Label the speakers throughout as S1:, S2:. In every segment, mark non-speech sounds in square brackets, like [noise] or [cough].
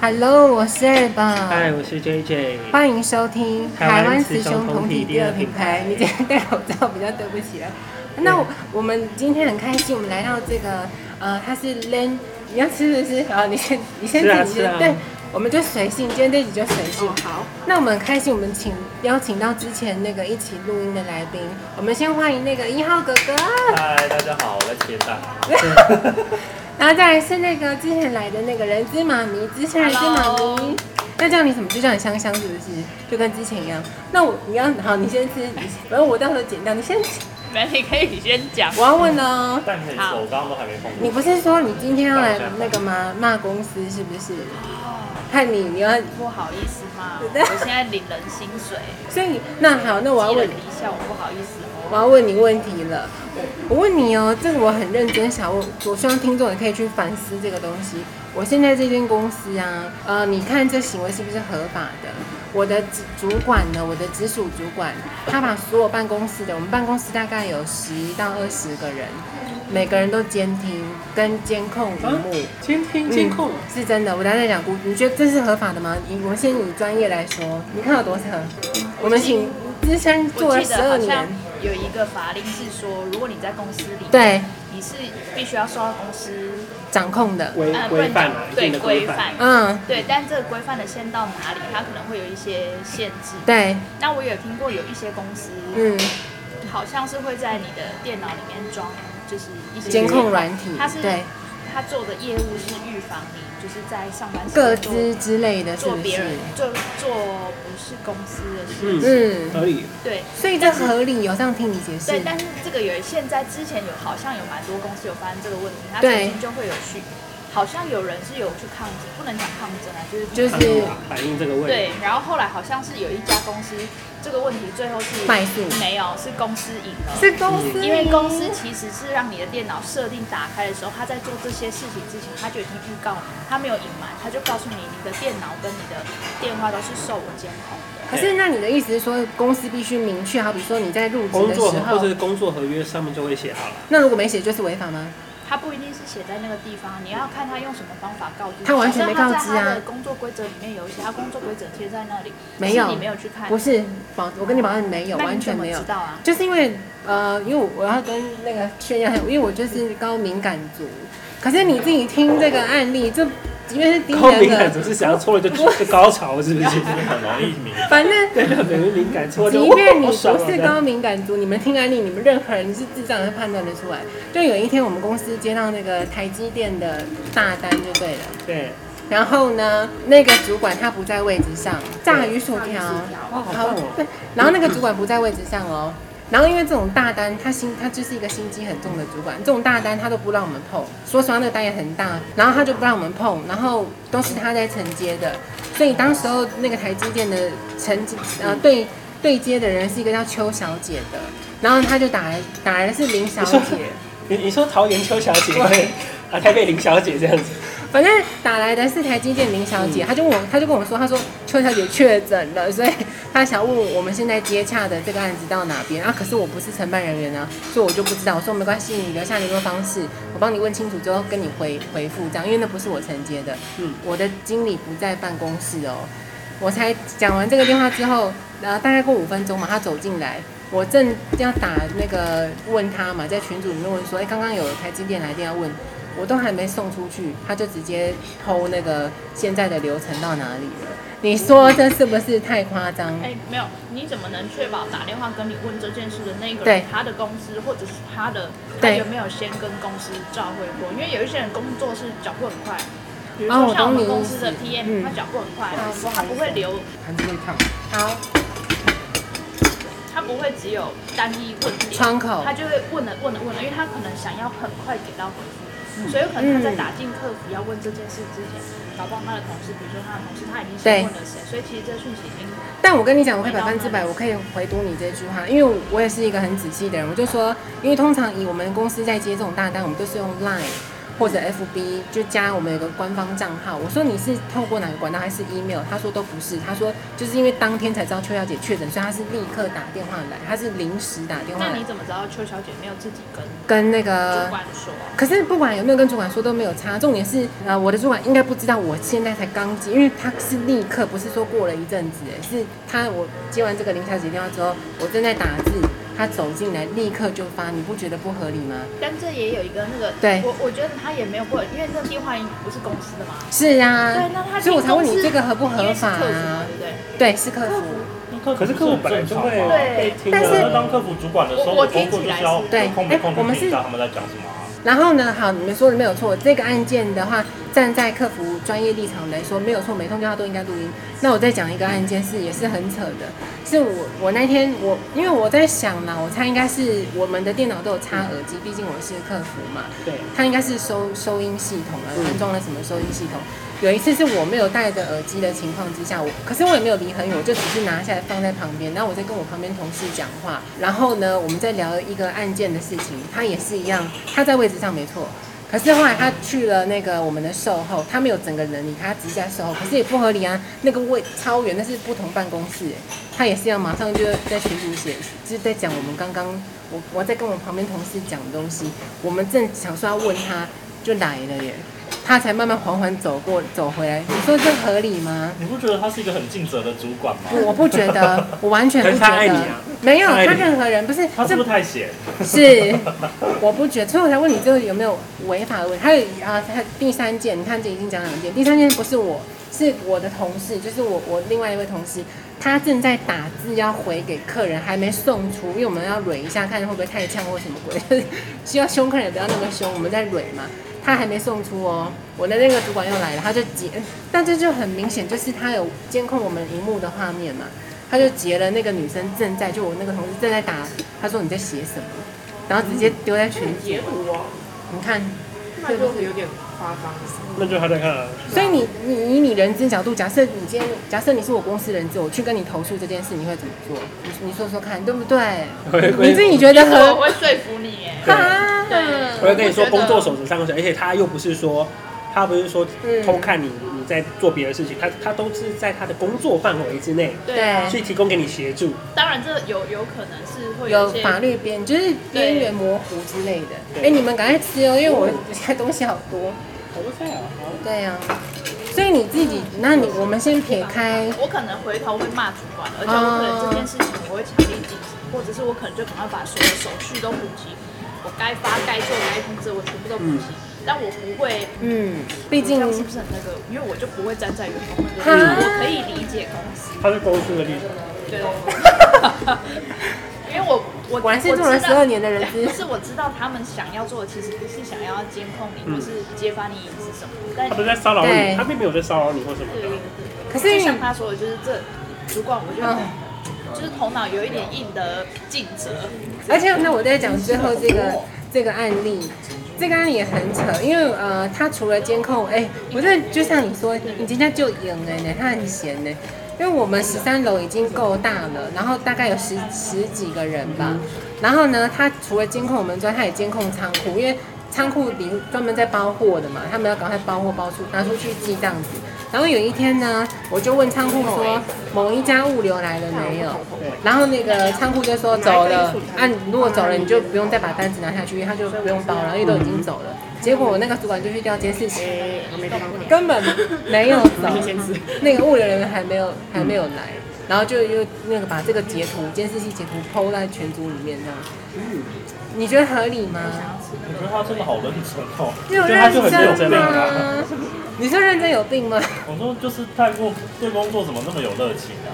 S1: Hello，我是 Ab，
S2: 嗨，我是 JJ。
S1: 欢迎收听
S2: 台湾雌
S1: 雄
S2: 雄同体
S1: 第
S2: 第
S1: 二
S2: 二
S1: 品
S2: 品
S1: 牌
S2: 牌。
S1: 你今天戴口罩比较对不起了。那我我们今天很开心，我们来到这个呃，它是 Len，你要吃是不是？好，你先你先
S2: 吃啊
S1: 自己
S2: 吃啊哦
S1: 对，我们就随性，今天这集就随性。
S3: 好，
S1: 那我们很开心，我们请邀请到之前那个一起录音的来宾，我们先欢迎那个一号哥哥，
S4: 嗨，大家好，我在切蛋。
S1: 然后再来是那个之前来的那个人资妈咪，资深人资妈咪
S3: Hello。
S1: 那叫你什么？就叫你香香是不是？就跟之前一样。那我你要好，你先吃，你反正我到时候剪掉。你先，
S3: 那你可以先讲。
S1: 我要问哦，
S4: 蛋很熟，我刚刚都还没碰
S1: 你
S4: 过。
S1: 不是说你今天要来那个吗？骂公司是不是？看你你要，
S3: 不好意思嘛，
S1: 对
S3: 我现在领人薪水，
S1: 所以那好，那我要
S3: 记了
S1: 问
S3: 你一下，我不好意思
S1: 我
S3: 哦。
S1: 要问你问题了，我问你哦，这个我很认真想问，我希望听众也可以去反思这个东西。我现在这间公司啊，呃，你看这行为是不是合法的？我的直主管呢，我的直属主管，他把所有办公室的，我们办公室大概有十到二十个人，每个人都监听跟监控荧幕。
S2: 啊监听
S1: 嗯是真的，我刚才讲过，你觉得这是合法的吗？以我们先以专业来说，你看有多扯？我们请资深做
S3: 我
S1: 了
S3: 记
S1: 十
S3: 得
S1: 二
S3: 好
S1: 年
S3: 像，有一个法令是说，如果你在公司里，，
S1: 对，
S3: 你是必须要受到公司
S1: 掌控的。
S2: 规
S3: 呃
S2: 规范
S3: 不
S2: 啊
S3: 能，
S2: 一
S3: 对
S2: 定的
S3: 规
S2: 规范。
S3: 范，
S1: 嗯，
S3: 对，但这个规范的线到哪里，它可能会有一些限制。
S1: 对，
S3: 那我有听过有一些公司，
S1: 嗯，
S3: 好像是会在你的电脑里面装，就是一些
S1: 监控软体
S3: 它是，
S1: 对，
S3: 他做的业务是预防你，就是在上班时
S1: 各
S3: 间做
S1: 资之类的，是
S3: 做
S1: 不
S3: 别
S1: 是
S3: 人？做做不是公司的事，
S1: 嗯，
S2: 嗯，合理。
S3: 对
S1: 所以这合理，有这样听你解释
S3: 对。，但是这个有现在之前有好像有蛮多公司有发生这个问题，他曾
S1: 对
S3: 经就会有去，好像有人是有去抗争，不能讲抗争啊，就是
S1: 就是
S2: 反映反映这个问
S3: 对
S2: 题。，
S3: 然后后来好像是有一家公司这个问题最后是
S1: 败诉
S3: 没有，是公司赢了。
S1: 是公司赢，
S3: 因为公司其实是让你的电脑设定打开的时候，他在做这些事情之前，他就已经预告你，他没有隐瞒，他就告诉你你的电脑跟你的电话都是受我监控的。
S1: 可是那你的意思是说，公司必须明确，好比说你在入职
S2: 工
S1: 的
S2: 作
S1: 时
S2: 合或
S1: 候，
S2: 者工作合约上面就会写好了，
S1: 那如果没写就是违法吗？
S3: 他不一定是写在那个地方，你要看他用什么方法告知你。
S1: 他完全没告知啊
S3: 好像他在他的工作规则里面有写，他工作规则贴在那里，
S1: 没
S3: 可是
S1: 有
S3: 你没有去看，
S1: 不是，保我跟你保证没有，
S3: 那
S1: 完
S3: 你怎
S1: 全
S3: 么
S1: 没有
S3: 知。道啊？
S1: 就是因为呃，因为我我要跟那个炫耀，因为我就是高敏感族。可是你自己听这个案例，这即便是低
S2: 高敏
S1: 能的，
S2: 感只是想要错了就就高潮，是不是？
S4: 很容易迷。
S1: 反正
S2: 对，等于敏感错了
S1: 即
S2: 就。
S1: 便你
S2: 我
S1: 不
S2: 爽了
S1: 是
S2: 这样
S1: 高敏感族，你们听案例，你们任何人是智障也判断得出来。就有一天我们公司接到那个台积电的大单就对了，
S2: 对，
S1: 然后呢，那个主管他不在位置上，炸鱼薯条，
S2: 哇，好棒哦！
S1: 对，然后那个主管不在位置上哦。然后因为这种大单，他心他就是一个心机很重的主管，这种大单他都不让我们碰。说实话，那个单也很大，然后他就不让我们碰，然后都是他在承接的。所以当时候那个台积电的承呃对对接的人是一个叫邱小姐的，然后他就打来打来的是林小姐， [laughs]
S2: 你你说桃园邱小姐啊，台北林小姐这样子，
S1: 反正打来的是台积电林小姐，她就问我，她就跟我说，她说邱小姐确诊了，所以她想问我们现在接洽的这个案子到哪边啊？可是我不是承办人员啊，所以我就不知道。我说没关系，你留下联络方式，我帮你问清楚之后跟你回回复这样，因为那不是我承接的，
S2: 嗯
S1: 我的经理不在办公室哦。我才讲完这个电话之后，呃，大概过五分钟嘛，他走进来，我正要打那个问他嘛，在群组里面问说，哎、刚刚有台积电来电要问，我都还没送出去，他就直接偷那个现在的流程到哪里了？你说这是不是太夸张？
S3: 哎、没有，你怎么能确保打电话跟你问这件事的那个
S1: 对
S3: 人，他的公司或者是他的他
S1: 对
S3: 有没有先跟公司照会过？因为有一些人工作是脚步很快，比如
S1: 哦
S3: 说
S1: 我
S3: 像我
S1: 懂
S3: 们
S1: 你
S3: 公
S1: 意
S3: 司
S1: 思
S3: 的 PM，、
S1: 嗯
S3: 他脚步很快，
S1: 不好意思
S3: 他哦不会留，
S2: 盘子会烫。
S1: 好，
S3: 他不会只有单一问点，
S1: 窗口
S3: 他就会问了问了问了，因为他可能想要很快给到回复，所以有可能他
S1: 嗯
S3: 在打进客服要问这件事之前，搞不好他的同事，比如说他的同事，他已经
S1: 对嗯
S3: 先问了谁，所以其实这个讯息已经
S1: 但我跟你讲，我可以百分之百，我可以回读你这句话，因为我也是一个很仔细的人。我就说，因为通常以我们公司在接这种大单，我们都是用 Line 或者 FB，就加我们有个官方账号。我说你是透过哪个管道，还是 email？他说都不是，他说就是因为当天才知道邱小姐确诊，所以他是立刻打电话来，他是临时打电话
S3: 那
S1: 来
S3: 你怎么知道邱小姐没有自己跟
S1: 跟那个
S3: 主管说？
S1: 可是不管有没有跟主管说都没有差，重点是呃我的主管应该不知道我现在才刚接，因为他是立刻，不是说过了一阵子，哎是他我接完这个林小姐电话之后，我正在打字，他走进来立刻就发，你不觉得不合理吗？
S3: 但这也有一个那个，
S1: 对
S3: 我我觉得他也没有不合，因为这电话不是公司的嘛。
S1: 是啊，
S3: 对，那他
S1: 所以我才问你
S3: 公司
S1: 这个合不合法
S3: 因为是客服嘛
S1: 啊？
S3: 对不对？
S1: 对，是客服，
S4: 可是客户本来就会
S3: 对
S2: 啊
S4: 被听
S1: 但
S4: 的。
S1: 是
S4: 那当客服主管的时候，
S3: 我我
S4: 工
S3: 听
S4: 作
S3: 起
S4: 就
S3: 来
S4: 是要
S3: 是
S1: 对
S4: 控制
S1: 哎
S4: 控
S1: 我们
S4: 制
S1: 是
S4: 听到他们在讲什么啊。
S1: 然后呢，好，你们说的没有错，这个案件的话，站在客服专业立场来说，没有错，每通电话都应该录音。那我再讲一个案件是也是很扯的，是我我那天我因为我在想啦，我猜应该是我们的电脑都有插耳机，毕竟我是客服嘛，
S2: 对，
S1: 它应该是收收音系统啊，安装了什么收音系统。有一次是我没有戴着耳机的情况之下，我可是我也没有离很远，我就只是拿下来放在旁边，然后我在跟我旁边同事讲话，然后呢，我们在聊一个案件的事情，他也是一样，他在位置上没错。可是后来他去了那个我们的售后，他没有整个人离开，他只是在售后，可是也不合理啊，那个位超远，那是不同办公室欸，他也是要马上就在群组写，就是在讲我们刚刚我我在跟我旁边同事讲的东西，我们正想说要问他，就来了耶，他才慢慢缓缓走过走回来，你说这合理吗？
S2: [laughs]
S4: 你不觉得他是一个很尽责的主管吗？
S1: 不，我不觉得，我完全
S2: 可
S1: 不
S2: 是
S1: 觉
S2: 他爱
S1: 得，
S2: 你啊
S1: 没有
S2: 他爱
S1: 他
S2: 你
S1: 任何人不是，
S4: 他是
S1: 这
S4: 不是太闲？
S1: 是，我不觉得，所以我才问你这个有没有违法的问题。还有啊，还有第三件，你看这已经讲两件，第三件不是我，是我的同事，就是我我另外一位同事，他正在打字要回给客人，还没送出，因为我们要蕊一下，看会不会太呛或什么鬼， [laughs] 就是希望凶客人也不要那么凶，我们在蕊嘛。他还没送出哦，我的那个主管又来了，他就截，但这就很明显，就是他有监控我们荧幕的画面嘛，他就截了那个女生正在，就我那个同事正在打，他说你在写什么？然后直接丢在群组。
S5: 截图哦，
S1: 你看，
S5: 那就有点夸张了。
S2: 那就还在看啊。
S1: 所以你你以你人资角度，假设你今天假设你是我公司人资，我去跟你投诉这件事，你会怎么做？你你说说看，对不对？你自己觉得
S3: 其实我
S1: 很
S3: 会说服你耶。
S2: 对
S1: 啊？
S3: 对
S2: 我会跟你说
S3: 我觉得
S2: 工作守则三个小时，而且他又不是说，他不是说
S1: 嗯
S2: 偷看你你在做别的事情，他他都是在他的工作范围之内
S1: 对
S2: 去提供给你协助。
S3: 当然这有有可能是会
S1: 有
S3: 一些
S1: 法律边就是边缘模糊之类的。哎、你们赶快吃哦，因为我现在东西好多。
S2: 好多菜啊！
S1: 对呀、所以你自己，那你我们先撇开
S3: 我可能回头会骂主管，而且
S1: 啊
S3: 我可能这件事情我会强力禁止，或者是我可能就赶快把所有手续都补齐，我该发、该做、该通知我全部都补齐，但我不会。
S1: 嗯，毕竟
S3: 这样是不是很那个？因为我就不会站在员工那
S1: 嗯
S3: 个立场，我可以理解公司，
S2: 他是公司的例子，
S3: 对，因为我我
S1: 果然是做了
S3: 我知道
S1: 12年的人资
S3: 不是我知道他们想要做的其实不是想要监控你，或是揭发你隐私什么，但
S2: 他不是在骚扰
S1: 对
S2: 你，他并没有在骚扰你或什么
S3: 对
S2: 的
S3: 对对。
S1: 可是
S3: 就
S1: 你
S3: 像他说的，就是这主管，我觉得
S1: 嗯
S3: 就是头脑有一点硬的尽
S1: 哦
S3: 责。
S1: 而且那我在讲最后这个这个案例，这个案例也很扯，因为呃，他除了监控，哎、我这就像你说，你今天就赢了呢，他很闲呢。因为我们十三楼已经够大了，然后大概有十十几个人吧。然后呢，他除了监控我们之外，他也监控仓库，因为仓库里专门在包货的嘛，他们要赶快包货包出拿出去寄这样子。然后有一天呢，我就问仓库说，某一家物流来了没有？然后那个仓库就说走了，啊，你如果走了，你就不用再把单子拿下去，因为他就不用包了，因为都已经走了。结果我那个主管就去调监视器，
S5: 我没地方放
S1: 根本没有走
S5: 明天吃，
S1: 那个物流人员还没有还没有来，然后就又那个把这个截图监视器截图抛在群组里面这样。你觉得合理吗？
S4: 我觉得他真的好认真哦，
S1: 你有
S2: 觉得他就很
S1: 认
S2: 认真
S1: 吗
S2: 啊？
S1: [laughs] 你说认真有病吗？ [laughs]
S4: 我说就是太过对工作怎么那么有热情啊？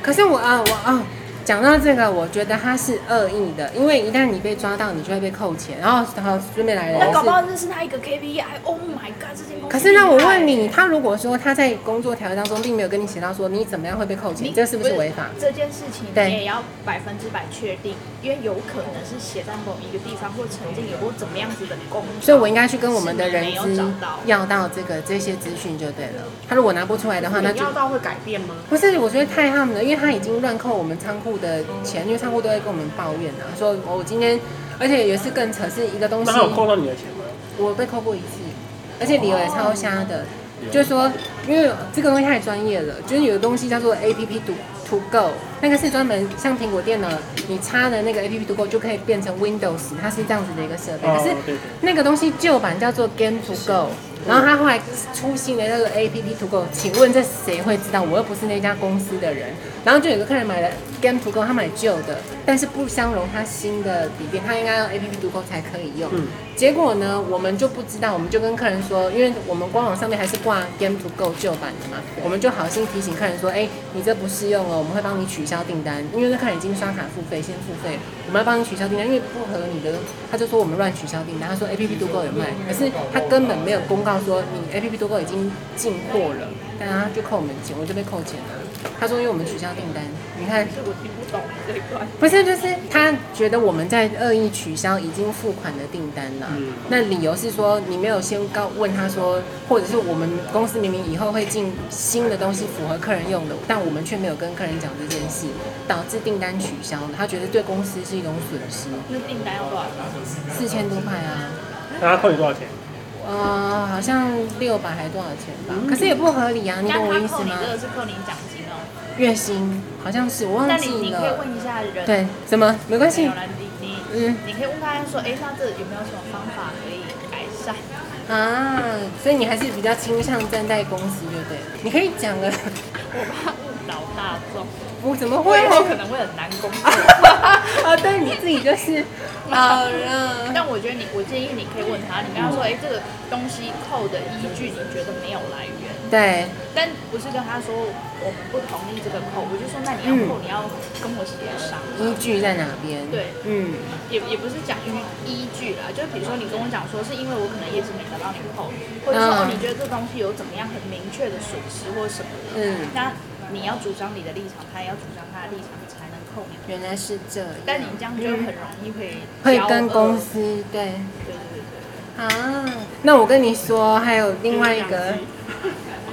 S1: 可是我啊，我啊，讲到这个，我觉得他是恶意的，因为一旦你被抓到，你就会被扣钱，然后然后顺便来的
S3: 那
S1: 人
S3: 搞不好
S1: 是。
S3: 这是他一个 KPI，Oh，Oh my god，这间公司。
S1: 可是那我问你，，他如果说他在工作条约当中并没有跟你写到说你怎么样会被扣钱，这是不是违法？
S3: 这件事情
S1: 对
S3: 你也要百分之百确定，因为有可能是写在某一个地方，或曾经有过怎么样子的工作。
S1: 所以我应该去跟我们的人
S3: 是你没有
S1: 资
S3: 找到
S1: 要到这个这些资讯就对了。他如果拿不出来的话，那
S5: 你
S1: 就
S5: 要到会改变吗？
S1: 不是，我觉得太他们了，因为他已经乱扣我们仓库的钱，因为仓库都会跟我们抱怨啊，说哦我今天。而且也是更扯，是一个东西
S2: 那，他有扣到你的钱吗？
S1: 我被扣过一次，而且理由也超瞎的，
S4: 哦
S1: 就是说，因为这个东西太专业了，就是有个东西叫做 A P P to to go，那个是专门像苹果电脑，你插的那个 A P P to go 就可以变成 Windows，它是这样子的一个设备，可是
S2: 哦，对对。
S1: 那个东西旧版叫做 Game to Go，然后它后来出新的叫做 APP to Go，请问这谁会知道？我又不是那家公司的人。然后就有个客人买了 Game to Go，他买旧的，但是不相容他新的笔电，他应该用 APP to Go 才可以用。
S2: 嗯
S1: 结果呢，我们就不知道，我们就跟客人说，因为我们官网上面还是挂 Game to Go 旧版的嘛，我们就好心提醒客人说，哎，你这不适用哦，我们会帮你取消订单，因为那客人已经刷卡付费，先付费了，我们要帮你取消订单，因为不合你的，他就说我们乱取消订单，他说 A P P to Go 有卖，可是他根本没有公告说你 A P P to Go 已经进货了，但他就扣我们钱，我就被扣钱了，他说因为我们取消订单，你看
S5: 是我听不懂这一段。
S1: 不是，就是他觉得我们在恶意取消已经付款的订单了。
S2: 嗯
S1: 那理由是说你没有先告问他说，或者是我们公司明明以后会进新的东西符合客人用的，但我们却没有跟客人讲这件事，导致订单取消了。他觉得对公司是一种损失，
S3: 那订单要多少钱？
S1: 四千多块啊，
S2: 那他扣你多少钱？
S1: 呃，好像六百还多少钱吧？可是也不合理啊，你
S3: 但
S1: 懂我意
S3: 嗯他
S1: 思
S3: 扣你
S1: 吗
S3: 这？个是扣你奖金哦。
S1: 月薪好像是我忘
S3: 但你
S1: 记
S3: 你可以
S1: 了。
S3: 问一下人，
S1: 对，怎么没关
S3: 没
S1: 系
S3: 有？啦，你你
S1: 嗯
S3: 你可以问他说，哎，那这有没有什么方法可以改善？
S1: 啊，所以你还是比较倾向站在公司，就对了。你可以讲了，
S3: 我怕误导大众，
S1: [laughs] 我怎么
S3: 我
S1: 会？
S3: 以后可能会很难工作。
S1: [laughs] 啊，对，你自己就是啊嗯好
S3: [laughs]
S1: 了。
S3: 但我觉得你，我建议你可以问他，你跟他说，哎，这个东西扣的依据你觉得没有来源，
S1: 对，
S3: 但不是跟他说我们不同意这个扣，我就说那你要扣，你要跟我协商。
S1: 依据在哪边？
S3: 对，
S1: 嗯，
S3: 也也不是讲依依据啦，就比如说你跟我讲说是因为我可能业绩没达到你扣，或者
S1: 嗯
S3: 说、哦你觉得这东西有怎么样很明确的损失或什么的，
S1: 嗯
S3: 那你要主张你的立场，他也要主张他的立场，才能扣你。
S1: 原来是这样。嗯
S3: 但你这样就很容易会
S1: 会
S3: 交恶
S1: 跟公，司对
S3: 对对对对，
S1: 啊？那我跟你说，还有另外一个。 [laughs]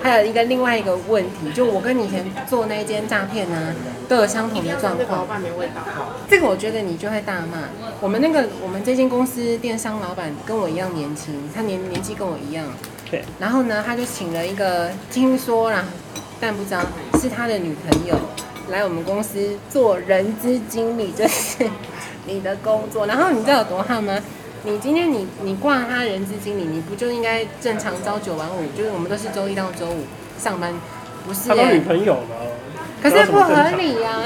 S1: 还有一个另外一个问题，就我跟你以前做那一间诈骗呢、啊都有相同
S5: 一定
S1: 的
S5: 要
S1: 状
S5: 让这个
S1: 况
S5: 老。板没味道。
S1: 这个我觉得你就会大骂。我们那个我们这间公司电商老板跟我一样年轻，他年年纪跟我一样。
S2: 对。
S1: 然后呢，他就请了一个听说啦，但不知道是他的女朋友来我们公司做人资经理，就是你的工作。然后你知道有多好吗？你今天你你挂他人资经理，你不就应该正常朝九晚五？就是我们都是周一到周五上班，不是、
S2: 他当女
S1: 欸？
S2: 朋友吗？
S1: 可是不合
S2: 哪有什么正
S1: 理呀、啊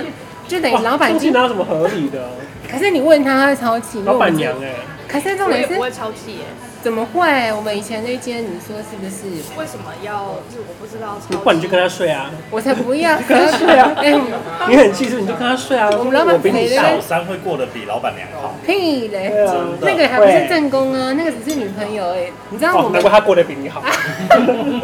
S1: 就等于
S2: 常。
S1: 老板
S2: 哇
S1: 已
S2: 这
S1: 经
S2: 哪有什么合
S1: [laughs]
S2: 理的？
S1: 可是你问他，他会超气。因为
S2: 老
S1: 我们
S2: 板娘哎，
S1: 可是重
S3: 我
S1: 点
S3: 也不
S1: 是
S3: 会超气耶，
S1: 怎么会？我们以前那间，你说是不是？
S3: 为什么要？就是我不知道超
S2: 你
S3: 气。
S2: 不然你就跟他睡啊，
S1: 我才不
S2: [laughs]
S1: 要！
S2: 跟他睡啊
S1: 哎，
S2: 你很气是不是你就跟他睡啊。
S1: 我们老板
S2: 我比
S1: 陪
S2: 你
S1: 的
S2: 小
S4: 小，三会过得比老板娘好，
S1: 屁嘞
S2: 对啊！
S1: 呃那个还不是正宫啊，那个只是女朋友哎。你知道我
S2: 哦，
S1: 们
S2: 难怪他过得比
S1: [laughs]
S2: 你好。 [laughs]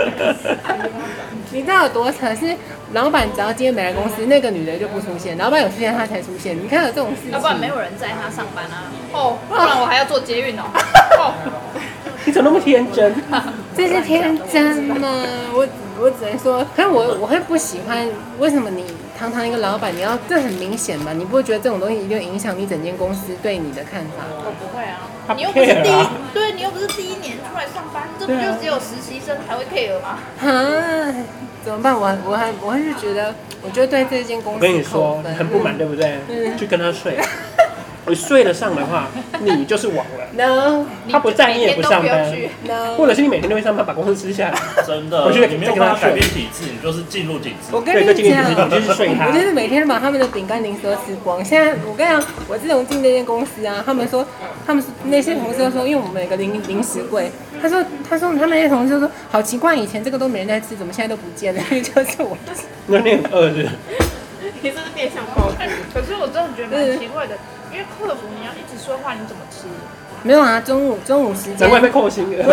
S1: 你知道有多扯？是老板只要今天没来公司，那个女的就不出现，老板有出现她才出现。你看有这种事情？
S3: 啊要不然没有人载他上班啊！哦，不然我还要坐捷运哦。哦，
S2: 你怎么那么天真？
S1: 这是天真吗？我我只能说，可是我我会不喜欢，为什么你堂堂一个老板，你要这很明显吧？你不会觉得这种东西一定会影响你整间公司对你的看法？
S3: 我不会啊
S2: 他，
S3: 你又不是第
S2: care
S3: 一
S2: 啊，
S3: 对你又不是第一年出来上班，这不
S2: 对啊
S3: 就只有实习生才会 care 吗？
S1: 啊，怎么办？我我还我还是觉得，我就对这间公
S2: 我
S1: 司
S2: 跟你
S1: 扣
S2: 说，
S1: 分
S2: 很不满对不对？就跟他睡。你睡得上的话，你就是王了。
S1: [laughs] No
S2: 他不在，你也不上
S3: 每天都
S2: 班
S3: 不要去。
S1: No，
S2: 或者是你每天都会上班，把公司吃下来。
S4: 真的，
S2: 我觉得
S4: 你没有办法改变体制，你就是进入体制
S1: 我。跟
S2: 对，就今
S1: 你
S2: 天
S1: 讲，
S2: 你就是睡他
S1: 我。就是每天把他们的饼干零食都吃光。现在我跟你讲，我自从进那间公司啊，他们说，他们那些同事都说，因为我们有个零零食柜，他说，他说他们那些同事都说，好奇怪，以前这个都没人在吃，怎么现在都不见了？ [laughs] 就是我，
S2: 那你很饿是不是？
S5: 你这是变相包
S3: 哎可是我真的觉得蛮奇怪的，因为客服你要一直说话，你怎么吃？
S1: 没有啊，中午中午时
S2: 难怪
S1: 间。
S2: 被扣薪了。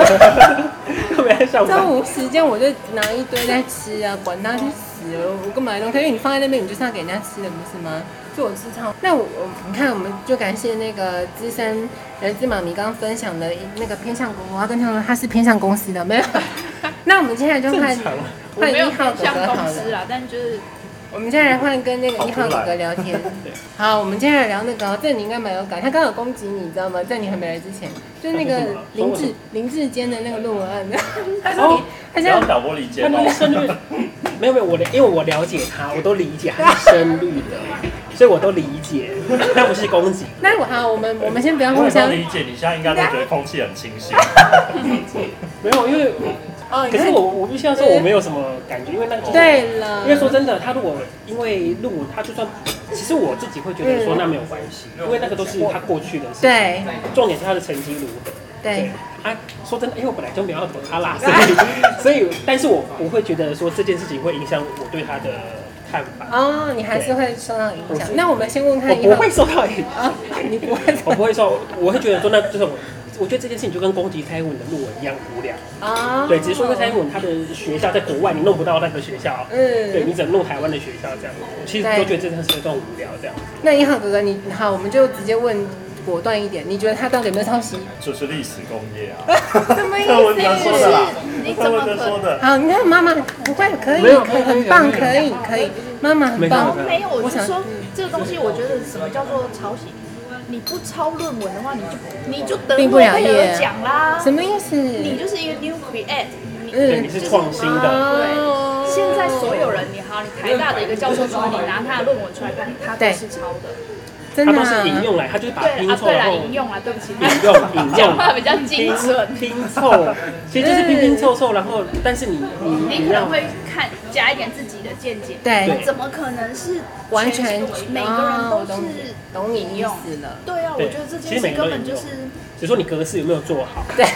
S2: 特别在
S1: [laughs]
S2: 上班
S1: 中。午时间我就拿一堆在吃啊，管他去死哦，我干嘛弄它？因为你放在那边，你就是要给人家吃的，不是吗？就我吃超。那我我你看，我们就感谢那个资深人资妈咪刚刚分享的那个偏向公司，我要跟他说他是偏向公
S2: [laughs]
S1: 司的，没有。那我们现在就看
S2: 正常
S1: 换
S3: 没有
S1: 一号
S3: 偏
S1: 哥
S3: 向
S1: 哥
S3: 公
S1: 好
S3: 司啊
S1: 了。
S3: 啦，但就是
S1: 我们现在来换跟那个一号
S2: 跑
S1: 哥
S2: 出
S1: 哥
S2: 来
S1: 聊天
S2: 对。
S1: 好，我们接下来聊那个哦，这你应该蛮有感，他刚好攻击你，你知道吗？在你还没来之前，就是那
S2: 他说什
S1: 个
S2: 么
S1: 林
S2: 说我什
S1: 志
S2: 么
S1: 林志坚的那个论文案， [laughs] 他说
S2: 哦
S1: 你，他
S4: 不
S1: 现在
S4: 要挑拨离间
S2: 他那个
S4: 哦。
S2: 深绿，没有没有，我的因为我了解他，我都理解他是深绿的，所以我都理解，他不是攻击。
S1: 那我好，我们我们先不要
S4: [laughs] 我
S1: 互相
S4: 能理解，你现在应该都觉得空气很清
S1: [laughs]
S4: 新。
S2: 没有，因为
S1: 哦，你
S2: 可是
S1: 看
S2: 我我必须要说我没有什么感觉，因为那个就是
S1: 对了，
S2: 因为说真的，他如果因为论文，他就算，其实我自己会觉得说
S1: 嗯
S2: 那没有关系，因为那个都是他过去的事。，
S1: 对
S2: 重点是他的成绩如何。
S1: 对，
S2: 啊，说真的，因为我本来就没有要躲他啦，所以所以，但是我不会觉得说这件事情会影响我对他的看法，
S1: 哦，你还是会受到影
S2: 我
S1: 响
S2: 是。
S1: 那我们先问
S2: 我
S1: 看一
S2: 不
S1: 号
S2: 会受到影响，
S1: 啊，你不会
S2: 我不会受，我会觉得说那就是我。我觉得这件事情就跟攻击蔡英文的论文一样无聊，
S1: 啊？
S2: 对，只是说因为蔡英文他的学校在国外，你弄不到那个学校，对
S1: 嗯
S2: 你，只能弄台湾的学校这样。其实
S1: 对
S2: 都觉得这件事情都很无聊这样。
S1: 那一号哥哥，你好，我们就直接问果断一点，你觉得他到底有没有抄袭？
S4: 就是历史工业啊，
S1: 什么
S4: 柯文哲说的啦，
S3: 你
S4: 柯
S3: 怎么
S4: 文
S3: 可
S4: 哲说
S3: 能？
S4: 的，
S1: 好，你看妈妈不会，可以，
S2: 没有
S1: 可以，
S2: 没有
S1: 很棒，
S2: 没有
S1: 可以，可以，妈妈很
S2: 没
S1: 棒
S2: 有
S3: 哦，。没有，我
S1: 嗯我
S3: 是
S1: 想
S3: 说这个东西，我觉得什么叫做抄袭？你不抄论文的话，你就你就等
S1: 并不
S3: 诺
S1: 了
S3: 贝
S1: 解
S3: 尔奖啦。
S1: 什么意思？
S3: 你就是一个 new create，你
S2: 对，
S1: 嗯
S2: 你是创新的，
S1: 哦
S3: 对，现在所有人，你好，你台大的一个教授说你拿他的论文出来看，他都是抄的。
S1: 真
S2: 它
S1: 的
S2: 都
S1: 啊
S2: 是引用来，它就是把
S3: 对
S2: 拼
S3: 啊，
S2: 凑，
S3: 对
S2: 然
S3: 啦，
S2: 后
S3: 引用啊，对不起，
S2: 引
S3: [laughs]
S2: 用引用
S3: 讲话比较精准。
S2: 拼拼凑，其实就是拼拼凑凑，然后但是你你
S3: 你
S2: 你
S3: 可能
S2: 让
S3: 会看加一点自己的见解，
S1: 对
S2: 对
S3: 怎么可能是
S1: 完全
S3: 每个人
S1: 哦
S3: 都
S1: 懂
S3: 是
S1: 懂你
S3: 引
S1: 意
S3: 用？
S1: 思了，
S3: 对啊，我
S2: 对
S3: 觉得这
S2: 其
S3: 件
S2: 实
S3: 事
S2: 每个
S3: 根
S2: 都
S3: 本就
S2: 引用
S3: 是
S2: 只是说你格式有没有做好，
S1: 对，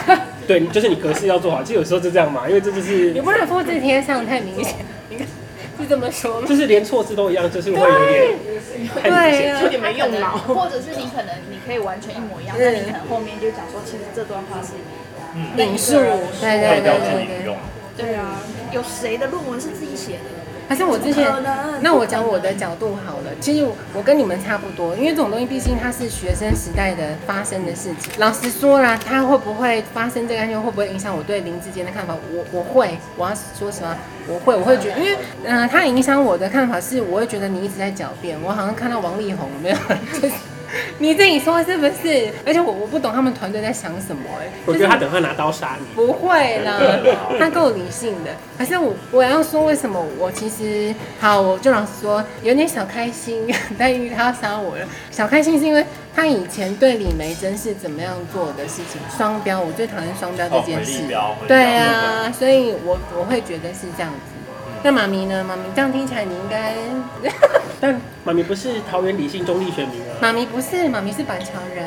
S2: 对，就是你格式要做好。其实有时候就这样嘛，因为这就是
S1: 你不能复制贴上，太明显，你看是这么说吗？
S2: 就是连错字都一样，就是会有点太明
S1: 对
S2: 显。
S1: 啊
S5: 有，点没用脑。
S3: 或者是你可能你可以完全一模一样，
S1: 嗯
S3: 但你可能后面就讲说，其实这段话是
S4: 嗯，
S1: 引述，对对
S4: 太
S1: 对
S4: 标
S1: 对
S4: 准
S1: 对
S4: 引
S1: 对
S4: 用。，
S3: 对啊，有谁的论文是自己写的？
S1: 还是我之前
S3: 不可能，
S1: 那我讲我的角度好了。其实我跟你们差不多，因为这种东西毕竟它是学生时代的发生的事情。老实说啦，它会不会发生这个案件，会不会影响我对林志坚的看法？我我会，我要说实话，我会，我会觉得，因为嗯、呃，它影响我的看法是，我会觉得你一直在狡辩，我好像看到王力宏没有。 [laughs] 就是你自己说是不是？而且我我不懂他们团队在想什么、欸，
S2: 我觉得他等会拿刀杀你。
S1: 不会啦，
S4: [laughs]
S1: 他够理性的。可是我我要说，为什么我其实好，我就老实说，有点小开心， [laughs] 但因为他要杀我了。小开心是因为他以前对李梅珍是怎么样做的事情，双标，我最讨厌双标这
S4: 哦，回
S1: 件事
S4: 力。标，回力标
S1: 对，啊，所以我我会觉得是这样子。
S4: 嗯
S1: 那妈咪呢？妈咪这样听起来你应该， [laughs]
S2: 但妈咪不是桃园理性中立选民啊，
S1: 妈咪不是，妈咪是板桥人。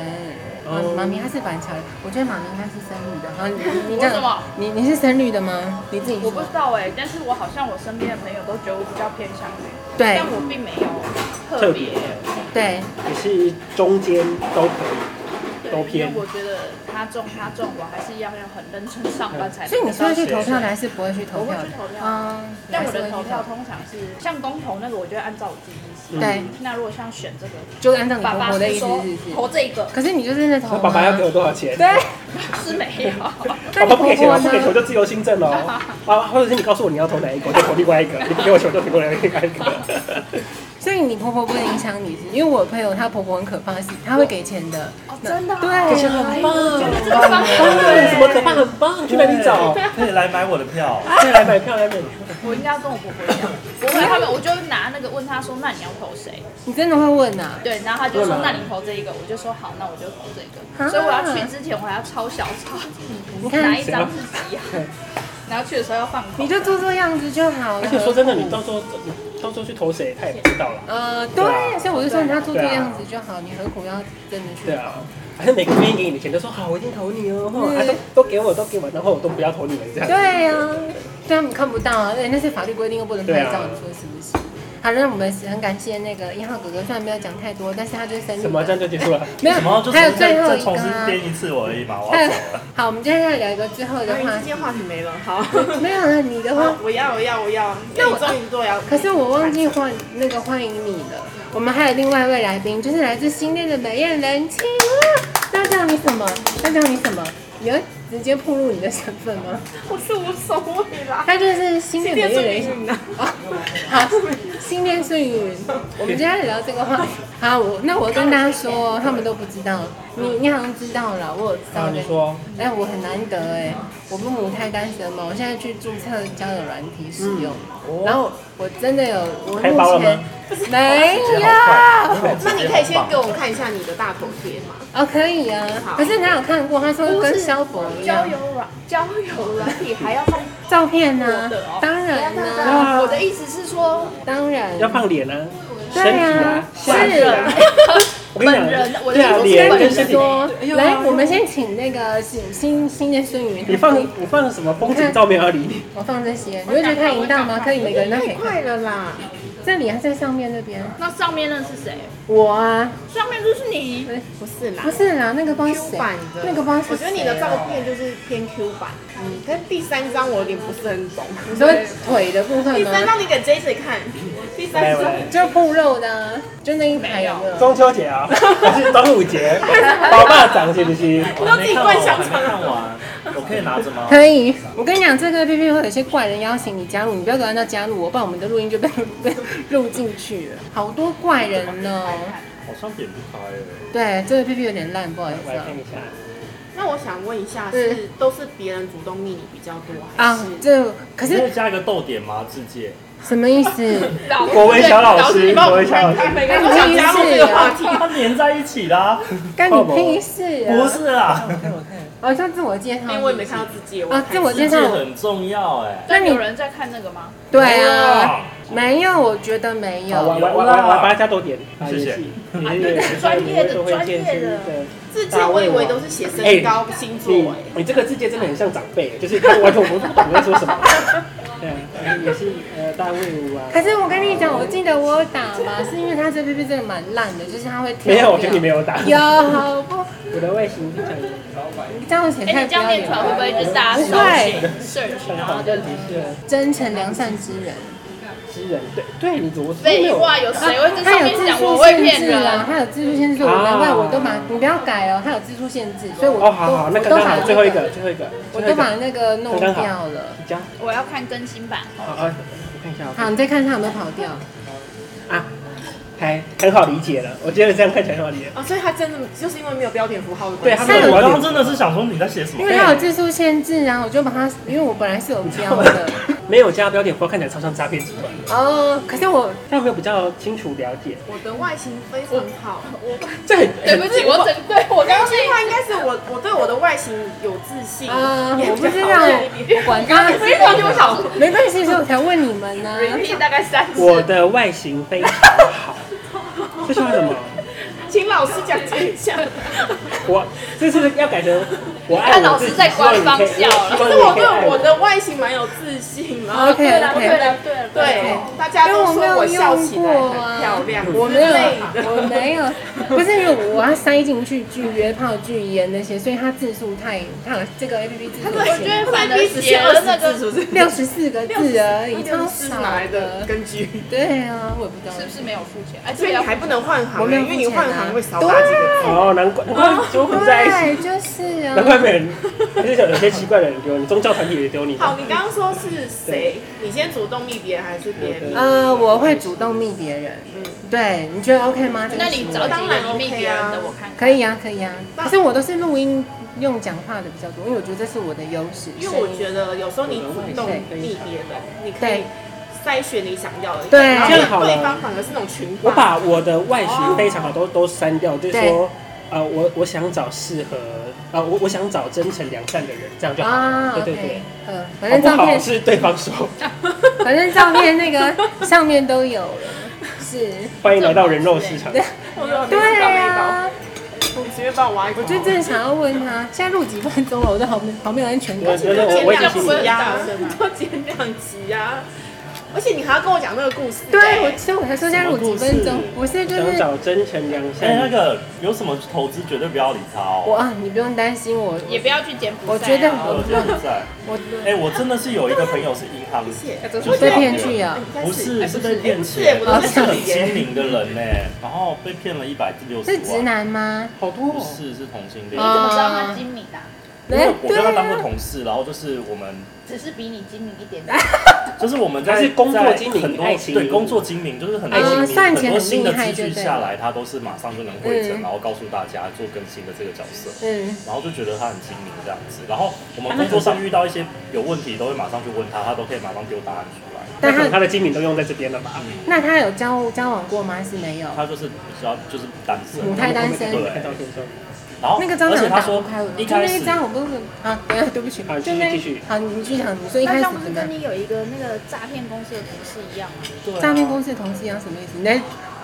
S1: 妈
S2: 哦
S1: 妈咪她是板桥人，我觉得妈咪应该是深绿的。好，你你这
S3: 为什么
S1: 样，你你是深绿的吗？你自己
S3: 我
S1: 说。
S3: 不知道哎、但是我好像我身边的朋友都觉得我比较偏向于，
S1: 对
S3: 但我并没有特
S2: 特
S3: 别
S2: 别，
S1: 对，
S2: 也是中间都可以。
S3: 对
S2: 都偏
S3: 因为我觉得他中他中，我还是一样要很认真上班才能
S1: 所以你
S3: 得
S1: 是会
S3: 到
S1: 去投
S3: 薪水
S1: 票的，还是不会去投
S3: 我
S1: 票
S3: 会
S1: 的
S3: 去？投票
S1: 啊，
S3: 但
S1: 还
S3: 我
S1: 是
S3: 的
S1: 会
S3: 投
S1: 去
S3: 票通常是像公投那个，我就会按照我自己意思。
S1: 对，
S3: 那如果像选这个，
S1: 就按照你
S3: 爸
S1: 婆
S3: 爸
S1: 婆的
S3: 是
S1: 意思
S3: 说
S1: 是不是？
S3: 投这个
S1: 可是你就真的投吗
S2: 那爸爸要给我多少钱？
S1: 对，
S3: 是 [laughs] 没有。
S1: 那
S2: 爸
S1: 你
S2: 爸不
S1: 婆
S2: 给钱
S1: 婆
S2: 哦，不给球
S1: 呢？
S2: 就自由新政哦。啊，或者是你告诉我你要投哪一个，我就投另外一个；你不给我球就投另外一个。
S1: 所以你婆婆不会影响你，因为我朋友她婆婆很可怕，是她会给钱的。
S3: 哦，真的、啊，
S1: 对
S3: 哎呦
S1: 很
S2: 棒
S3: 我觉得这个方法
S2: 棒，什么可怕很棒，去哪里找？
S4: 可以来买我的票。
S2: 可以来买票来买票。
S3: 我应该要跟我婆婆
S1: [laughs]
S3: 讲，不会，他们我就拿那个问他说，那你要投谁？
S1: 你真的会问啊呐？
S3: 对，然后他就
S2: 对
S3: 说
S2: 嘛，
S3: 那你投这一个，我就说好，那我就投这
S1: 啊 [laughs]
S3: 个。所以我要去之前，我还要抄小抄，
S1: 你
S3: 哪
S1: 看
S3: 一，张是几啊？ [laughs] 然后去的时候要放空
S1: 你。就做做样子就好了。
S2: 而且说真的，你到时候你到时候去投谁，他也不知道了。
S1: 呃，
S2: 对啊
S1: 对，所以我就说你要做做
S2: 对啊
S1: 样子就好，你何苦要真的去
S2: 对？啊，反正每个愿意给你的钱都说好，我一定投你哦，
S1: 嗯
S2: 啊都都给我，都给我，然后我都不要投你们这样。
S1: 对呀、啊，对他们看不到啊，对，那是法律规定又不能拍照，
S2: 对啊
S1: 你说是不是？好，那我们很感谢那个一号哥哥，虽然没有讲太多，但是他就是深
S2: 什么这样就结束了？
S1: 没有，
S4: 什么？就
S1: 还有
S4: 重新
S1: 最后
S4: 再
S1: 一个
S4: 重新
S1: 啊。
S4: 编一次我而已嘛，我
S1: 还
S4: 要
S1: 有
S4: 走了。
S1: 好，我们接下来聊一个最后的
S5: 关于
S1: 话
S5: 这，件话题没 [laughs] 了，好。
S1: 没有了你的话
S5: 好，我要，我要，我要。
S1: 那我
S5: 你终于做要。
S1: 可是我忘记欢那个欢迎你了。我们还有另外一位来宾，就是来自新店的美艳人妻，哇那叫你什么？那叫你什么？你要直接暴露你的身份吗？
S5: 我是无所谓啦。
S1: 他就是新
S5: 今
S1: 店的
S5: 天
S1: 艺
S5: 是
S1: 人
S5: 命运啊，
S1: 啊， [laughs] 好，新店是云云。我们今天聊这个话，
S5: [laughs]
S1: 好，我那我跟大家说，他们都不知道，你你好像知道了，我有知道
S2: 啊，
S1: 的
S2: 你。说，
S1: 哎，我很难得哎，我不母胎单身嘛，我现在去注册交友软体使用，
S2: 哦
S1: 然后我真的有，我
S2: 开包了
S1: 目
S2: 吗
S1: 前没
S2: 时间好
S1: 有。
S2: 快，
S5: 那你可以先给我们看一下你的大头贴吗？
S1: 哦，可以啊，
S5: 好
S1: 可是哪有看过？他说跟萧佛一
S3: 交
S1: 样，
S3: 友软 [laughs] 交友软体还要放
S1: 照片呢、
S3: 我的哦
S1: 当然
S3: 等一下
S1: 啦、
S3: 等一下我的意思是说，
S1: 当然，
S2: 要放脸啊，身
S1: 对
S2: 体
S1: 啊
S2: 啊，，
S1: 是哎
S2: 下体啊，我跟
S3: 本
S2: 你
S3: 人
S2: 讲，
S3: 我的
S2: 对啊，
S3: 意思是
S2: 脸
S3: 本
S2: 跟
S3: 人
S2: 身体，
S1: 说
S2: 哎呦
S1: 来，我们先请那个新新新的孙云，
S2: 你放你放什么风景照片啊？ [laughs] 你
S1: 我放这些，你会觉得看淫荡吗？可以，每个人都可以
S5: 太
S1: 看。
S5: 快了啦！
S1: 这里还在上面那边，
S3: 那上面那是谁？
S1: 我啊，
S3: 上面就是你，
S5: 不是啦
S1: 不是啦，那个帮
S5: Q
S1: 谁
S5: 版的？，
S1: 那个帮
S5: 我觉得你的照片就是偏 Q 版，嗯，但第三张我有点不是很懂。
S1: 你说腿的部分
S5: 第
S1: 吗？
S5: 三张你给 J J 看，第
S2: 来
S5: 三张
S2: 来，
S1: 就暴露的、啊，就那一排有没有？
S2: 中秋节 [laughs] 啊，还是端午节，包霸掌是不是？
S4: 我还没看完，我还
S1: 啊
S4: 没看完，我可以拿着吗？
S1: 可以，我跟你讲，这个 A P P 会有一些怪人邀请你加入，你不要给按照加入我，不然我们的录音就被被录进去了。好多怪人呢、
S4: 好像点不开哎。
S1: 对，这个 A P P 有点烂，不好意
S2: 我
S1: 思
S2: 来 [laughs]
S1: 啊
S2: 看。一下，
S5: 那我想问一下，是都是别人主动密你比较多，还
S1: 啊
S5: 是，
S1: 这可
S4: 你可以
S1: 是
S4: 加一个逗点吗？志介，
S1: 什么意思？
S2: 国文
S5: 啊
S2: 小老师，国文小老师，
S5: 每个人都想加入这个话题？
S4: 它粘在一起啦。
S1: [laughs] 干你屁事啊！
S4: 不，是啊，
S1: 哦，像自我介绍。
S5: 因为哎我也没看到自己，我
S1: 啊，自我
S4: 志
S1: 介
S4: 介
S1: 绍。
S4: 很重要哎。
S1: 那
S3: 那
S1: 你
S3: 有人在看那个吗？
S1: 对啊，没有，我觉得没
S2: 好，我
S1: 有。
S2: 我我我我帮加多点，
S4: 谢谢
S2: 你
S3: 啊对对专业的专业的
S5: 自介我以为都是写身高、星座
S2: 你
S5: 哎，
S2: 你这个字界真的很像长辈，就是看完全我不懂在说什么。 [laughs] 对啊，也是呃大卫
S1: [laughs]
S2: 舞啊。
S1: 可是我跟你讲，我记得我有打吧，是因为它这 P P 真的蛮烂的，就是它会跳。
S2: 没有，我跟你没。有打。
S1: 有好不？
S2: 我的外形非常
S1: 你这样写
S3: 哎，
S1: 太
S3: 你
S1: 不
S3: 这样
S1: 要
S3: 念
S1: 脸
S3: 出来会不
S1: 了。
S3: 会就是大家搜
S1: 对
S3: 寻 search，然
S2: 像
S3: 后
S2: 长
S3: 就
S2: 但的确
S1: 真诚良善之人。
S2: 知人，对对，你怎么说没
S3: 废
S2: 有？
S3: 话，有谁会在
S1: 它
S3: 上
S1: 有
S3: 面
S1: 字
S3: 哎讲我
S1: 数
S3: 会
S1: 限
S3: 骗
S1: 制啊，
S3: 人？
S1: 它有字数限制，我难怪我都把你不要改哦，它有字数限制，所以我都
S2: 哦，好好，
S1: 我
S2: 那个
S1: 都
S2: 刚
S1: 把
S2: 好最后一个，最后一个，
S1: 我都
S2: 最后一个
S1: 把那个弄
S2: 刚刚好
S1: 掉了。
S2: 你加。
S3: 我要看更新版哦。
S2: 好，好我看一下
S1: 好，你再看它有没有跑掉。
S2: 啊，还很好理解了，我觉得这样看起来很好理解。
S5: 啊，所以他真的就是因为没有标点符号的
S2: 对
S5: 关
S2: 他
S5: 系，
S2: 们
S1: 有
S4: 我刚刚真的是想说你在写什
S1: 因
S4: 么？
S1: 为它有字数限制啊，我就把它，因为我本来是有标的
S2: [laughs] 没有加标点符号看起来超像诈骗集团，
S1: 哦，可是我
S2: 但我没有比较清楚了解，
S5: 我的外形非常好，我
S2: 这很
S3: 对不起，我整 [laughs] 对我刚刚
S5: 刚刚那句话应该是我我对我的外形有自信，
S1: 啊、
S5: 也
S1: 我
S5: 比
S1: 不
S5: 较
S1: 知
S5: 好
S1: 道，
S5: 对
S1: 我管他，
S5: 非常有好处
S1: 没关系，所以我才问你们呢、
S3: repeat 大概三次。
S2: 我的外形非常好，这句话什么？
S5: 请老师讲解
S1: [laughs]
S5: 一下。
S2: 我这是要改成我爱
S3: 看
S2: 我
S3: 老
S2: 自
S3: 师
S2: 己，
S3: 在官方笑了
S5: 可
S2: 可
S5: 是我对我的外形蛮有自信然后
S1: OK
S3: 对了
S1: OK，
S3: 对了对了
S5: 对
S1: OK，
S5: 大家都说我笑起
S1: 因
S5: 来
S1: 为我没有用过啊
S5: 很漂亮，
S1: 我
S5: 我
S1: 没有，啊
S5: 我
S1: 我没有，不是因为我要塞进去拒约炮、拒烟那些，所以它字数太，它有这个 A P P 字数
S5: 我
S1: 限
S5: 觉
S1: 制
S3: 得
S5: 得反
S3: 反
S5: 正
S3: 而
S5: 只
S3: 写
S5: 二
S3: 了
S5: 那
S3: 那
S5: 个
S3: 个
S5: 是不是？
S1: [laughs] 六十四个字而已，
S5: 六
S1: 超
S5: 十四
S1: 少
S5: 哪来的。根据？
S1: 对啊，我也不知道
S3: 是。不是没有付钱？哎，
S5: 所
S3: 这
S5: 以
S3: 个要
S5: 你还不能换行
S1: 我
S5: 欸，
S1: 没有
S5: 因为你
S1: 付钱啊啊
S5: 换行会少打几个字。
S2: 哦，难怪难怪纠纷在一
S1: [laughs]
S2: 起，
S1: 对，就是啊
S2: 难。怪没人，就是有些奇怪的人丢你，宗教团体也丢你。
S5: 好，你刚刚说是谁？你先主动密别人还是别人密？
S1: 呃，我会主动密别人，
S5: 嗯
S1: 对，你觉得 OK 吗？这个
S3: 那你
S1: 行为
S3: 找
S5: 当
S3: 几
S5: 然
S3: 个你
S5: OK
S3: 密别
S5: 啊
S3: 人的，我看看。
S1: 可以啊，可以啊。
S5: 那
S1: 可是我都是录音用讲话的比较多，因为我觉得这是我的优势。
S5: 因为我觉得有时候你主动密别人，你可以
S1: 对
S5: 筛选你想要的，
S1: 对
S5: 然
S1: 这
S2: 样好
S5: 后
S2: 了
S5: 对方反而是那种群
S2: 我
S5: 霸。
S2: 把我的外形非常好都都删掉，就是
S1: 对
S2: 说，呃，我我想找适合，呃，我我想找真诚良善的人，这样就好。
S1: 啊
S2: 对对对
S1: ，OK，嗯，反
S2: 好
S1: 正
S2: 不
S1: 照
S2: 好
S1: 片，
S2: 是对
S1: [laughs]
S2: 方说，
S1: 反正照片那 [laughs] 个上面都有了，是，
S2: 欢迎来到人肉市场。
S5: 我有
S1: 对
S5: 啊，
S1: 啊。
S5: 你随便帮我挖一个。
S1: 我就真的想要问他， [laughs] 现在录几分钟了，我都好没好没有安全感
S2: 我。觉得
S5: 减
S2: 我我已经
S5: 两
S2: 心
S5: 集
S2: 里，
S5: 呀，啊就减两集呀。啊而且你还要跟我讲那个故事。哎
S1: 对，我所以我才说现在录几分
S4: 什
S1: 钟
S4: 么故，事
S1: 不是就
S2: 想
S1: 是
S2: 找真诚良
S4: 哎，
S2: 善。
S4: 那个有什么投资绝对不要理他
S1: 我
S4: 哦。
S1: 啊，你不用担心我，
S3: 也不要去柬埔寨
S1: 我
S3: 啊。
S1: 觉得
S4: 我
S1: 我
S4: 现在在，
S1: 我
S4: 哎，我真的是有一个朋友是银行，
S1: 我被骗去
S5: 哎
S1: 啊，
S4: 哎不是是被骗
S5: 是
S4: 钱，
S5: 我
S1: 都
S4: 他
S1: 在
S4: 是
S1: 想
S4: 很精明的人呢，然后被骗了一百六十
S1: 是直
S4: 万，
S1: 男吗？哦
S2: 好多
S4: 不
S2: 哦
S4: 是是同性
S3: 你怎。
S4: 恋
S3: 么知道他精明的啊？
S4: 因为我
S1: 对
S4: 跟
S1: 啊
S4: 他当过同事，然后就是我们
S3: 只是比你精明一点点。
S4: 就是我们在
S2: 他是工作
S4: 在
S2: 精明
S4: 很多
S2: 爱情
S4: 对
S2: 迷
S4: 工作精明，就是很多
S2: 爱情迷
S4: 很
S1: 呃算起来很
S4: 多新的
S1: 厉害
S4: 资讯
S1: 就对
S4: 下来，他都是马上就能汇整，
S1: 嗯
S4: 然后告诉大家做更新的这个角色。
S1: 嗯，
S4: 然后就觉得他很精明这样子，然后我们工作上遇到一些有问题，都会马上去问他，他都可以马上丢答案出来。
S2: 那
S1: 但
S2: 可能
S1: 他
S2: 他的精明都用在这边了吧？
S4: 嗯，
S1: 那他有交交往过吗？还是没有？
S4: 他就是比较就是单身，
S1: 母胎单身
S2: 对，看到天上
S4: 然后
S1: 那个张
S4: 而且
S1: 良
S4: 他
S1: 打不
S4: 说
S1: 开我，
S4: 一
S1: 就那
S4: 开
S1: 一
S4: 始
S1: 张我不是啊，等一下对不起
S2: 好，继
S1: 就
S2: 续
S1: 那
S2: 继续
S1: 好，你继续讲，你说一
S3: 那
S1: 开
S3: 这
S1: 始
S3: 样不是
S1: 怎么样？
S3: 跟你有一个那个诈骗公司的同事一样吗？
S4: 对啊
S1: 诈骗公司的同事一样什么意思？你在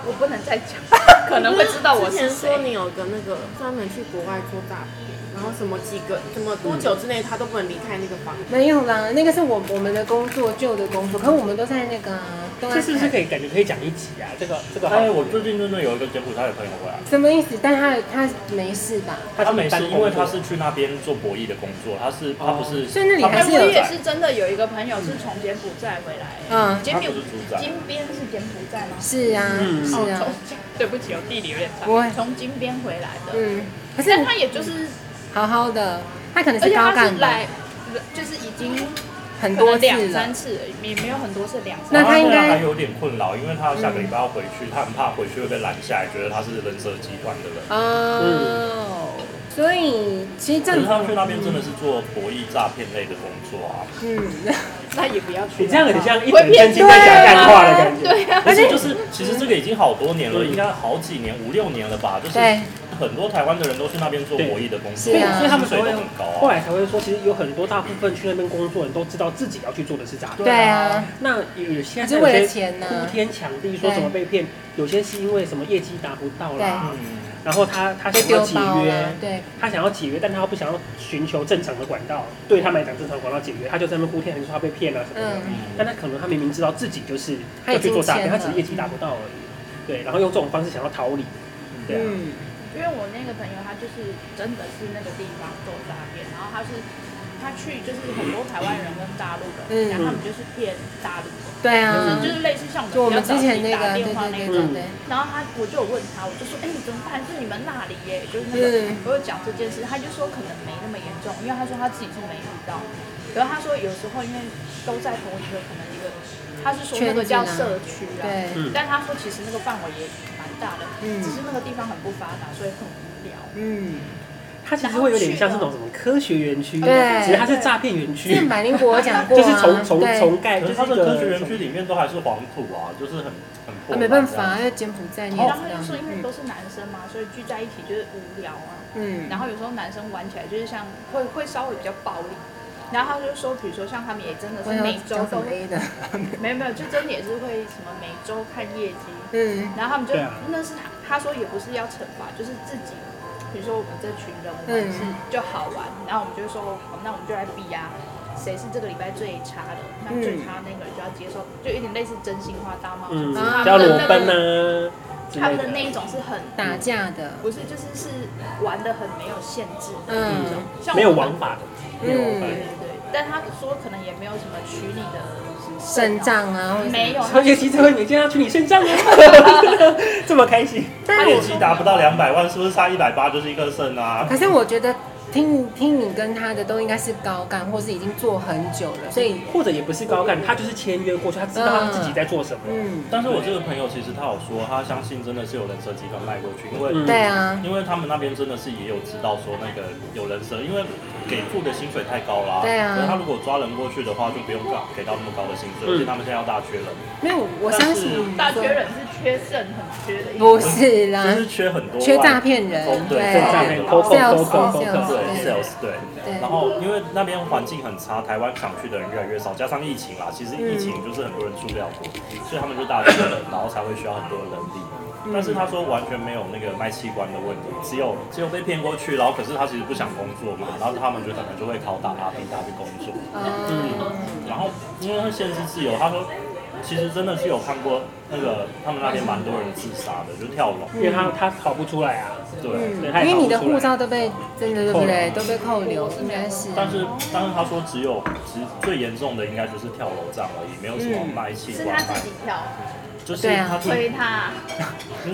S3: 我不能再讲，可能会知道我
S5: 之
S3: 是
S5: 前说
S3: 谁。
S5: 你有个那个专门去国外做诈骗，然后什么几个什么多久之内他都不能离开那个房
S1: 没有啦，那个是我我们的工作旧的工作，可我们都在那个啊都在
S2: 这是不
S1: 看
S2: 是可以感觉可以讲一集啊？这个这个好，
S4: 哎，我最近真的有一个柬埔寨的朋友回来，
S1: 什么意思？但他他没事吧？
S4: 他
S2: 是
S4: 没
S2: 办
S4: 事，
S2: 公哦
S4: 因为他
S2: 作
S4: 是去那边做博弈的工作，他是他不是，
S1: 所以那里
S4: 他
S1: 还
S3: 哎，
S1: 是
S3: 我
S1: 有
S3: 也是真的有一个朋友是从柬埔寨回来，
S1: 嗯，
S3: 柬
S4: 他
S3: 埔
S4: 不是主宰
S3: 金边是柬埔寨吗？
S1: 是啊，
S2: 嗯
S1: 是
S3: 哦，
S1: 啊
S3: 从，金对不起，我地理有点差
S1: 不会。
S3: 从金边回来的，
S1: 嗯，可是
S3: 但他也就是，
S1: 好好的，他可能
S3: 而
S1: 是
S3: 且
S1: 高
S3: 他是
S1: 干吧，
S3: 来，就是已经
S1: 很
S3: 可
S1: 多
S3: 能两
S1: 次了
S3: 三。次而已，也没有很多是两三次。
S1: 那他应该嗯
S4: 然后现在还有点困扰，因为他下个礼拜要回去，他很怕回去会被拦下来，觉得他是人蛇集团的人。
S1: 哦，
S2: 嗯
S1: 所以其实
S4: 可
S1: 政
S4: 是
S1: 府
S4: 他去那边真的是做博弈诈骗类的工作啊，
S1: 嗯，
S3: 那也不要去。
S2: 你这样很像一
S3: 会
S2: 本正
S3: 骗
S2: 经在讲干话的感觉。
S3: 对
S1: [laughs]
S3: 啊，
S4: 而且就是其实这个已经好多年了，
S2: 嗯
S4: 应该好几年五六年了吧，就是
S1: 对，
S4: 很多台湾的人都去那边做博弈的工作，
S1: 对是啊
S2: 所以他们
S4: 薪水
S2: 才会
S4: 都很高
S2: 后
S4: 啊。
S2: 来才会说，其实有很多大部分去那边工作的人都知道自己要去做的是诈骗。
S1: 对啊，
S2: 那有些
S1: 可
S2: 还
S1: 是
S2: 有
S1: 为了
S2: 些
S1: 钱呢、
S2: 哭天抢地说什么被骗，有些是因为什么业绩达不到啦，
S4: 嗯，
S2: 然后他他
S1: 被
S2: 想要
S1: [laughs] 丢
S2: 解
S1: 包了
S2: 约，，
S1: 对，
S2: 他想要解约，但他又不想要寻求正常的管道，对他们来讲正常管道解约，他就在那边哭天喊地说他被骗了什么的。
S1: 嗯，
S2: 但他可能他明明知道自己就是
S1: 他
S2: 要
S1: 已
S2: 去
S1: 经
S2: 做诈骗，
S1: 签
S2: 他
S1: 了
S2: 只是业绩达不到而已。对，然后用这种方式想要逃离，对啊，
S1: 嗯，
S3: 因为我那个朋友他就是真的是那个地方做诈骗，然后他是他去就是很多台湾人跟大陆人，
S1: 嗯
S3: 然后他们就是骗大陆人，
S1: 对
S2: 嗯
S1: 啊，
S3: 就是类似像我们
S1: 就我们
S3: 比较
S1: 之
S3: 早
S1: 前
S3: 期
S1: 那
S3: 打
S1: 个，对
S3: 电话
S1: 对
S3: 那
S1: 对
S3: 种。
S1: 对对，
S3: 然后他我就有问他，我就说，哎、你怎么办？是你们那里耶？就是那个，
S1: 嗯
S3: 我有讲这件事，他就说可能没那么严重，因为他说他自己是没遇到。可是他说有时候因为都在同一个可能一个，他是说那个叫
S1: 圈子啊
S3: 社区啊，
S1: 对，
S2: 嗯
S3: 但他说其实那个范围也蛮大的，
S1: 嗯
S3: 只是那个地方很不发达，所以很无聊。
S1: 嗯，
S2: 他其实会有点像是那种什么科学园区，
S1: 对
S2: 其实他是诈骗园
S1: 之前
S2: 区，
S1: 百灵果有讲过、啊，
S2: [laughs] 就是从从
S1: 对
S2: 从盖，
S4: 可
S2: 就是是
S4: 他
S2: 一
S4: 们
S2: 个
S4: 科学园区里面都还是黄土啊，就是很很破、
S1: 啊，没办法，，要柬埔寨，你也知
S3: 然
S1: 道
S3: 后他就说，因为
S1: 嗯
S3: 都是男生嘛，所以聚在一起就是无聊啊。
S1: 嗯，
S3: 然后有时候男生玩起来就是像会会稍微比较暴力。然后他就说，比如说像他们也真的
S1: 我
S3: 是
S1: 想要
S3: 每周
S1: 讲什
S3: 都
S1: 么
S3: 会
S1: A 的，
S3: 没有没有，就真的也是会什么每周看业绩，
S1: 嗯
S3: 然后他们就、
S2: 对啊
S3: 那是他他说也不是要惩罚，就是自己，比如说我们这群人，我们
S1: 嗯
S3: 是就好玩，然后我们就说好，那我们就来比呀、谁是这个礼拜最差的，那
S1: 嗯
S3: 最差那个人就要接受，就有点类似真心话大冒
S2: 嗯
S3: 险，只是
S1: 啊
S3: 他
S2: 叫裸
S3: 们的那
S2: 奔啊
S3: 个
S2: 之
S3: 他
S2: 类
S3: 们的那
S2: 的，
S3: 一种是很
S1: 打架的，
S3: 不是就是是玩的很没有限制的
S1: 嗯
S3: 那种，像我
S2: 没有
S3: 们
S2: 王法的，没有王
S1: 嗯
S2: 法的。
S3: 对对，但他说可能也没有什么取你的
S1: 肾，脏啊，或者
S3: 没有，
S2: 而
S3: 他
S2: 且记者会每天要去你身
S3: [laughs]
S2: 上啊，这么开心。
S1: 但
S4: 他
S1: 我
S4: 业绩达不到两百万，是不是差一百八就是一个肾
S1: [laughs]
S4: 啊？
S1: 可是我觉得听听你跟他的都应该是高干，或是已经做很久了，所以
S2: 或者也不是高干，他就是签约过去，他知道他自己在做什么。
S1: 嗯，
S4: 但是我这个朋友其实他有说，他相信真的是有人蛇集团卖过去，因为、
S2: 嗯
S1: 对啊，
S4: 因为他们那边真的是也有知道说那个有人蛇，因为给付的薪水太高啦、
S1: 对啊
S4: 可是他如果抓人过去的话，就不用给给到那么高的薪水，
S2: 嗯
S4: 而且他们现在要大缺人，
S1: 没有，我相信你
S3: 大学人是缺肾很缺的，
S1: 不是啦
S4: 就，是缺很
S1: 嗯
S4: 多
S1: 缺
S4: 万
S1: 诈骗人
S4: 哦，对
S1: 对
S2: 对，诈骗，
S4: 对
S2: 扣扣扣
S1: Sales，
S2: 扣扣
S1: sales
S2: 扣。
S4: 对
S1: 对
S4: sales 对。
S1: 对
S4: 然后因为那边环境很差，台湾想去的人越来越少，加上疫情啦，其实疫情就是很多人出不了国，所以他们就大缺人，然后才会需要很多人力。
S1: 嗯
S4: 但是他说完全没有那个卖器官的问题，只有只有被骗过去，然后可是他其实不想工作嘛，然后他们就可能就会拷打他，逼他去工作。
S1: 嗯，
S4: 然后因为他限制自由，他说其实真的是有看过那个他们那边蛮多人自杀的，就跳楼。
S3: 嗯
S2: 因为他他跑不出来啊，
S4: 对，
S1: 嗯
S2: 对他也
S1: 因为你的
S2: 逃不出来
S1: 护照都被真的对不对，
S2: 扣
S1: 都被扣留，应该是，
S4: 但是，但是他说只有，其实最严重的应该就是跳楼这样而已，没有什么卖器
S3: 是
S4: 官
S3: 他
S4: 卖
S3: 自。己跳，
S4: 就是
S1: 对啊
S4: 他自己
S3: 推他。
S4: 应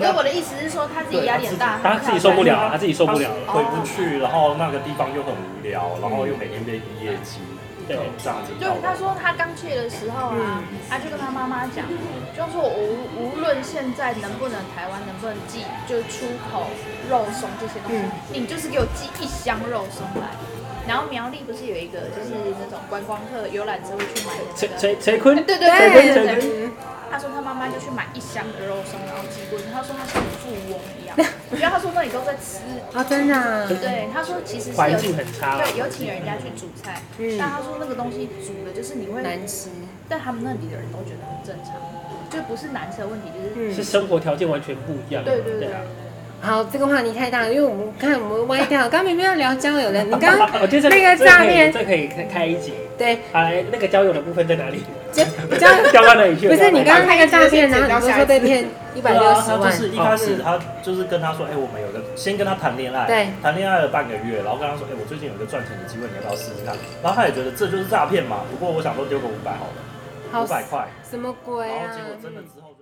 S3: 所
S4: 该
S3: 以我的意思是说，他自己压力很大，
S2: 嗯他自己受不了
S3: 嗯
S2: 啊，他自己受
S4: 他
S2: 不了
S3: 哦
S2: 了。
S4: 回不去，然后那个地方又很无聊，然后又每天被毕业季，
S2: 对
S4: 这样子
S3: 就
S4: 到了。
S3: 他说他刚去的时候啊，
S2: 嗯
S3: 他就跟他妈妈讲，就说无无论现在能不能台湾能不能寄，就是出口肉松这些东西，
S2: 嗯
S3: 你就是给我寄一箱肉松来。然后苗栗不是有一个就是那种观光客游览车会去买的
S2: 陈
S3: 那个？
S2: 陈陈坤，
S3: [laughs] 啊对
S1: 对
S2: 对
S3: 对对
S2: 对
S3: 对
S2: 对
S3: 对
S1: 嗯
S3: 他说他妈妈就去买一箱的肉松，然后寄过去。他说他像富翁一样，因为他说那里都在吃。
S1: 啊，真的啊，
S3: 对，他说其实是
S2: 环
S3: 有
S2: 境很差啊了
S3: 对，有请人家去煮菜，
S1: 嗯
S3: 但他说那个东西煮的就是你会
S1: 难吃，
S3: 但他们那里的人都觉得很正常，就不是难吃的问题，就是、
S1: 嗯
S2: 是。生活条件完全不一样。
S3: 对对对
S2: 啊。
S1: 好，这个话题太大了，因为我们看我们歪掉，刚刚明明要聊交友的，你刚
S4: [laughs]
S1: 刚
S2: 我觉得这
S1: 那个
S2: 这
S1: 诈
S2: 可以
S1: 骗
S2: 这可以开开一集。
S1: 对
S2: 好，来，那个交友的部分在哪里？
S1: 交交友
S2: [laughs] 交到哪里去
S1: 不
S2: 了？
S1: 是你刚刚那个诈骗，然
S5: 剪
S1: 后
S5: 掉
S1: 你不是说
S5: 下
S1: 被
S5: 一次
S1: 骗一百
S4: 对
S1: 六
S4: 啊，
S1: 十
S4: 他就
S1: 万，哦
S4: 是一开始他就是跟他说，哎、我们有个先跟他谈恋爱，
S1: 对
S4: 谈恋爱了半个月，然后跟他说，哎、我最近有一个赚钱的机会，你要不要试试看？然后他也觉得啊这就是诈骗嘛，不过我想说丢个五百好了，
S1: 好
S4: 五百块，
S1: 什么鬼
S4: 然
S1: 啊
S4: 后结？果真的之后。